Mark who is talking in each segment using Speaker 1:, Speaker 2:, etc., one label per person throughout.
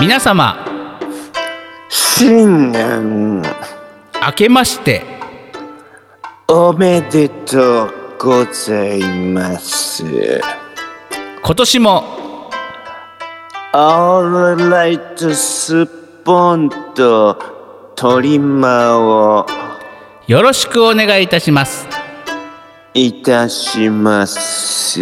Speaker 1: 皆様
Speaker 2: 新年
Speaker 1: 明けまして
Speaker 2: おめでとうございます。
Speaker 1: 今年も
Speaker 2: Alright スポンと鳥間を
Speaker 1: よろしくお願いいたします
Speaker 2: いたします。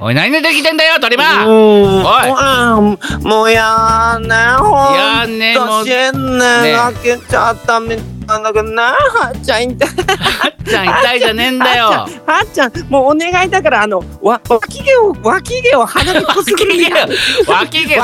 Speaker 1: おい何でできてんだよ鳥
Speaker 2: う
Speaker 1: 間
Speaker 2: ん
Speaker 1: おい
Speaker 2: うんもうやーねほ
Speaker 1: や
Speaker 2: ん
Speaker 1: ーねも
Speaker 2: と
Speaker 1: う
Speaker 2: 新
Speaker 1: ね
Speaker 2: 年開けちゃったみたいなんだけどなはっちゃん痛い
Speaker 1: あっちゃん痛いじゃねえんだよ
Speaker 3: あっちゃん、あっちゃん、もうお願いだから、あの、わ、脇毛を、脇毛を鼻 でこす
Speaker 1: 脇
Speaker 3: ぐる
Speaker 1: 毛
Speaker 3: やめて。
Speaker 1: 脇毛それよ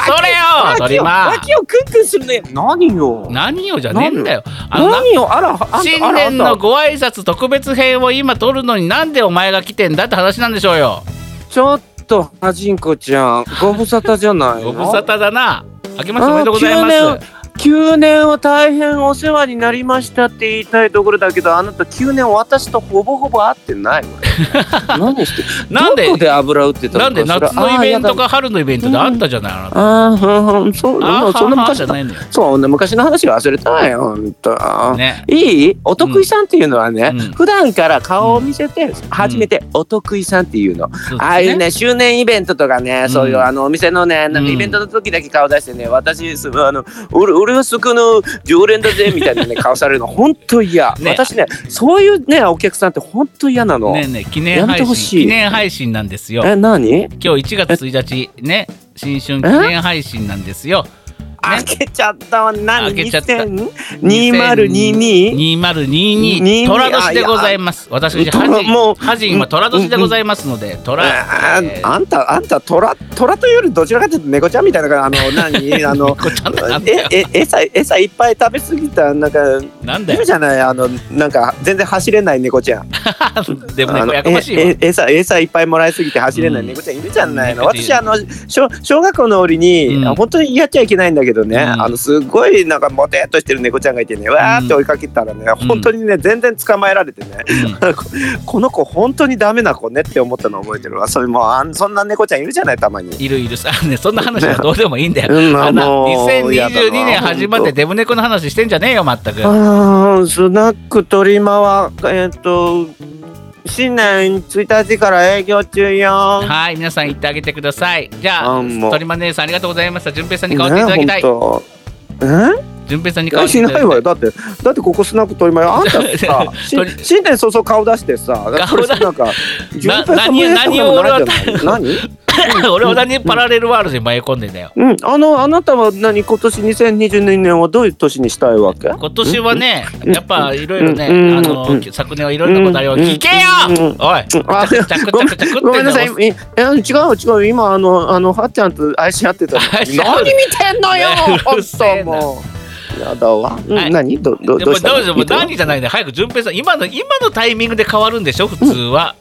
Speaker 3: 脇
Speaker 1: 鳥
Speaker 3: を、
Speaker 1: 間
Speaker 3: 脇をクンクンするのやめて。何よ。
Speaker 1: 何よじゃねえんだよあのな
Speaker 3: 何よ、あら、あんた
Speaker 1: 新
Speaker 3: あらあ
Speaker 1: 年
Speaker 3: ん
Speaker 1: の
Speaker 3: た
Speaker 1: ご挨拶特別編を今撮るのになんでお前が来てんだって話なんでしょうよ
Speaker 3: ちょっと、はじんこちゃ ん、ご無沙汰じゃない
Speaker 1: ご
Speaker 3: の。
Speaker 1: 無沙汰だな明けましておめでとうございます
Speaker 3: あー9年は大変お世話になりましたって言いたいところだけどあなた9年私とほぼほぼ会ってない わよ何して
Speaker 1: なんで
Speaker 3: どこで油売ってた
Speaker 1: な
Speaker 3: のか
Speaker 1: んで
Speaker 3: しら
Speaker 1: 夏のイベントか春のイベントで
Speaker 3: うん
Speaker 1: あったじゃないあなた
Speaker 3: あーあーうんそう
Speaker 1: あ
Speaker 3: うん
Speaker 1: ー
Speaker 3: そ
Speaker 1: はーは
Speaker 3: んな
Speaker 1: ー
Speaker 3: 昔
Speaker 1: じ
Speaker 3: だ
Speaker 1: ゃないのよ
Speaker 3: そうね昔の話忘れたわよ、ほんと。
Speaker 1: ね
Speaker 3: いいお得意さんっていうのはね、
Speaker 1: うん
Speaker 3: 普段から顔を見せて、初めてお得意さんっていうの、
Speaker 1: そうですね
Speaker 3: ああいうね周年イベントとかね、
Speaker 1: うん
Speaker 3: そういうあのお店のねなんか
Speaker 1: うん
Speaker 3: イベントの時だけ顔出してね、私すあの俺俺はそこの常連だぜみたいなね顔されるの本当嫌、
Speaker 1: ね
Speaker 3: 私ねそういうねお客さんって本当嫌なの、
Speaker 1: ねえねえ記念
Speaker 3: やめて
Speaker 1: 配
Speaker 3: ほ
Speaker 1: 信
Speaker 3: しい
Speaker 1: 記念配信なんですよ
Speaker 3: え何
Speaker 1: 今日1月1日ね新春記念配信なんですよ
Speaker 3: 開けちゃったわ何
Speaker 1: 開けちゃった2022
Speaker 3: 2022? 2022
Speaker 1: 虎年でございます私ハジ
Speaker 3: 虎も
Speaker 1: ン
Speaker 3: う
Speaker 1: ハジンは虎年でございますので虎
Speaker 3: あ
Speaker 1: えー
Speaker 3: あんたあんた虎虎というよりどちらかというと猫ちゃんみたいなあの 何あの
Speaker 1: こっちゃんだなんだよ
Speaker 3: ええ餌餌いっぱい食べ過ぎたなんか
Speaker 1: なんだ
Speaker 3: いる
Speaker 1: よ
Speaker 3: じゃないあのなんか全然走れない猫ちゃん
Speaker 1: でも
Speaker 3: あの
Speaker 1: ねやかましいわ
Speaker 3: ええ餌餌いっぱいもらいすぎて走れない猫ちゃんいるじゃないの、
Speaker 1: うん
Speaker 3: 私あの小小学校の折に、
Speaker 1: うん
Speaker 3: 本当にやっちゃいけないんだけどね、
Speaker 1: うん
Speaker 3: あのすごいなんかモテっとしてる猫ちゃんがいてねわーって追いかけたらね、
Speaker 1: うん
Speaker 3: 本当にね全然捕まえられてね、
Speaker 1: うん
Speaker 3: ここの子本当にダメな子ねって思ったの覚えてるわそれもうあんそんな猫ちゃんいるじゃないたまに。
Speaker 1: いるいるさ、あのね、そんな話はどうでもいいんだよ。
Speaker 3: うん
Speaker 1: あんな
Speaker 3: やだな
Speaker 1: 2022年始まって
Speaker 3: 本
Speaker 1: デブ猫の話してんじゃねえよ、まったく。
Speaker 3: 当あースナック取りまはえっ、と新年1日から営業中よ。
Speaker 1: はい、皆さん言ってあげてください。じゃあ、
Speaker 3: あもう
Speaker 1: 鳥間姉さんありがとうございました。順平さんに代わっていただきたい。
Speaker 3: 本当え
Speaker 1: 順平さんに代わ
Speaker 3: 大
Speaker 1: ってい
Speaker 3: したな
Speaker 1: だ
Speaker 3: い
Speaker 1: き
Speaker 3: わ
Speaker 1: た
Speaker 3: よ
Speaker 1: い。
Speaker 3: だってだってここスナック取りまよあんた さし
Speaker 1: 取り
Speaker 3: 新年早々顔出してさ
Speaker 1: 出
Speaker 3: それなんか順平さんも
Speaker 1: な
Speaker 3: やったこと
Speaker 1: 何を俺は
Speaker 3: ないじゃない何
Speaker 1: 俺は何パラレルワールドに迷い込んでんだよ。
Speaker 3: うん、あのあなたは何今年2022年はどういう年にしたいわけ
Speaker 1: 今年はね、やっぱいろいろね、
Speaker 3: うん
Speaker 1: あの、
Speaker 3: うん
Speaker 1: 昨年はいろいろなことあるよ。
Speaker 3: うん
Speaker 1: 聞けよ、
Speaker 3: うん
Speaker 1: おい
Speaker 3: あ
Speaker 1: ちゃくちゃくちゃくちゃ食ってんだよ
Speaker 3: ごめんなさい、いいや違う違う、今あの、あの、はっちゃんと愛し合ってたの。
Speaker 1: 愛
Speaker 3: 何見
Speaker 1: し合う
Speaker 3: てんのよ
Speaker 1: ね、 う
Speaker 3: 本
Speaker 1: るせえ
Speaker 3: 当
Speaker 1: な
Speaker 3: もう。やだわ。うん
Speaker 1: はい
Speaker 3: 何、ど、ど、
Speaker 1: で
Speaker 3: ど
Speaker 1: も
Speaker 3: うしたの。
Speaker 1: どうぞもう
Speaker 3: いいとこ
Speaker 1: 何じゃないんだよ早く順平さん今の今のタイミングで変わるんでしょ普通は、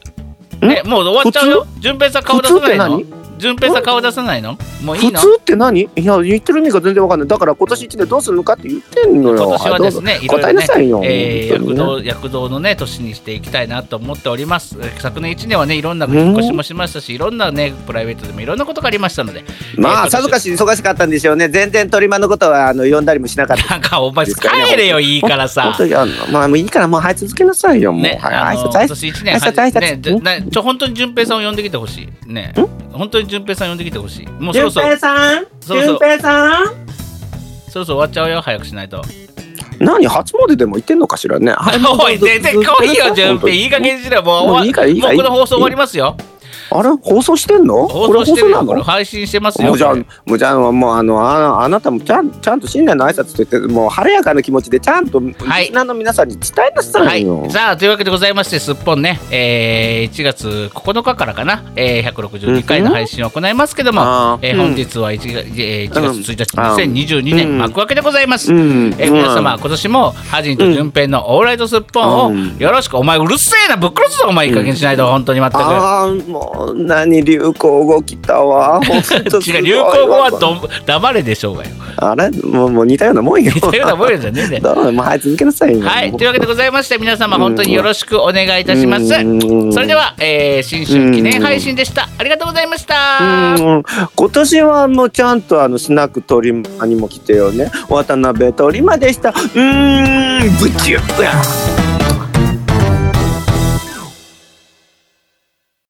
Speaker 3: ん
Speaker 1: ねもう終わっちゃうよ順平さん顔出さないの
Speaker 3: 普通
Speaker 1: 順平さん顔出さないのもういい
Speaker 3: 普
Speaker 1: の
Speaker 3: 通って何、いや、言ってる意味が全然わかんない。だから、今年一年どうするのかって言ってんのよ。
Speaker 1: 今年はです
Speaker 3: どうぞ
Speaker 1: ねいろい
Speaker 3: 答
Speaker 1: ろ
Speaker 3: えな
Speaker 1: ね
Speaker 3: さいよ。
Speaker 1: えー
Speaker 3: 本当
Speaker 1: 躍
Speaker 3: にね
Speaker 1: 動躍動のね年にしていきたいなと思っておりますえー昨年1年はねいろんな引っ越しもしましたしいろんなねプライベートでもいろんなことがありましたので
Speaker 3: ま
Speaker 1: えー
Speaker 3: あ、さぞかし忙しかったんでしょうね。全然鳥間のことは、あの、呼んだりもしなかった。
Speaker 1: なんかお前帰れよいいからさ
Speaker 3: 本当にあんのまあもういいからもうはい続けなさいよもう、
Speaker 1: ね、
Speaker 3: は
Speaker 1: あ
Speaker 3: い
Speaker 1: の
Speaker 3: 挨
Speaker 1: 今
Speaker 3: 拶挨拶
Speaker 1: 年一年
Speaker 3: 挨拶挨拶
Speaker 1: ねじゃ
Speaker 3: ん
Speaker 1: なちょ本当に順平さんを呼んできてほしいね本当に順平さん呼んできてほしいもうそろそろ
Speaker 3: さん
Speaker 1: そうそう
Speaker 3: 平さん
Speaker 1: そろそろ終わっちゃうよ早くしないと
Speaker 3: 何初詣でも行ってんのかしらねは
Speaker 1: おい全然来いよ順平いい加減にしろよもう
Speaker 3: もう
Speaker 1: 終わ
Speaker 3: いいからいいから
Speaker 1: もうこの放送終わりますよ
Speaker 3: あれ放送してんの
Speaker 1: 放
Speaker 3: これ
Speaker 1: 送し
Speaker 3: 放
Speaker 1: てる
Speaker 3: 送な
Speaker 1: よこれ
Speaker 3: の
Speaker 1: 配信してます
Speaker 3: も
Speaker 1: よ
Speaker 3: うじゃあ
Speaker 1: これ
Speaker 3: もうじゃあもうあのああなたもちゃんちゃんと新年の挨拶と言ってもう晴れやかな気持ちでちゃんとリス
Speaker 1: はい
Speaker 3: ナーの皆さんに伝えな
Speaker 1: は
Speaker 3: さいよ、
Speaker 1: い、さあというわけでございましてすっぽんね、えー1月9日からかな、えー162回の配信を行いますけども、
Speaker 3: あー
Speaker 1: えー
Speaker 3: うん
Speaker 1: 本日は 1, 月えー1月
Speaker 3: うんあ
Speaker 1: 1日2022年
Speaker 3: うん
Speaker 1: 幕開けでございます、
Speaker 3: うん
Speaker 1: えー皆様、今年もハジンと順平のオーライトすっぽん
Speaker 3: う
Speaker 1: を
Speaker 3: ん
Speaker 1: よろしく、お前うるせえなぶっ殺すぞお前いい加減しないと本当に全く、
Speaker 3: ああもそんなに流行語来たわ。ほんとすご
Speaker 1: 違
Speaker 3: いうわ
Speaker 1: 流行語はど黙れでしょうがよ。
Speaker 3: あれもうもう似たようなもんよ。
Speaker 1: 似たようなもんよじゃねえんだよ
Speaker 3: どうもはい続けなさいよ。
Speaker 1: はい、というわけでございまして皆様本当によろしくお願いいたします。
Speaker 3: うん
Speaker 1: それでは、えー新春記念配信でした。ありがとうございました。
Speaker 3: うん今年はもうちゃんとあのスナックトリマにも来てよね渡辺トリマでしたうーんぶちゅっ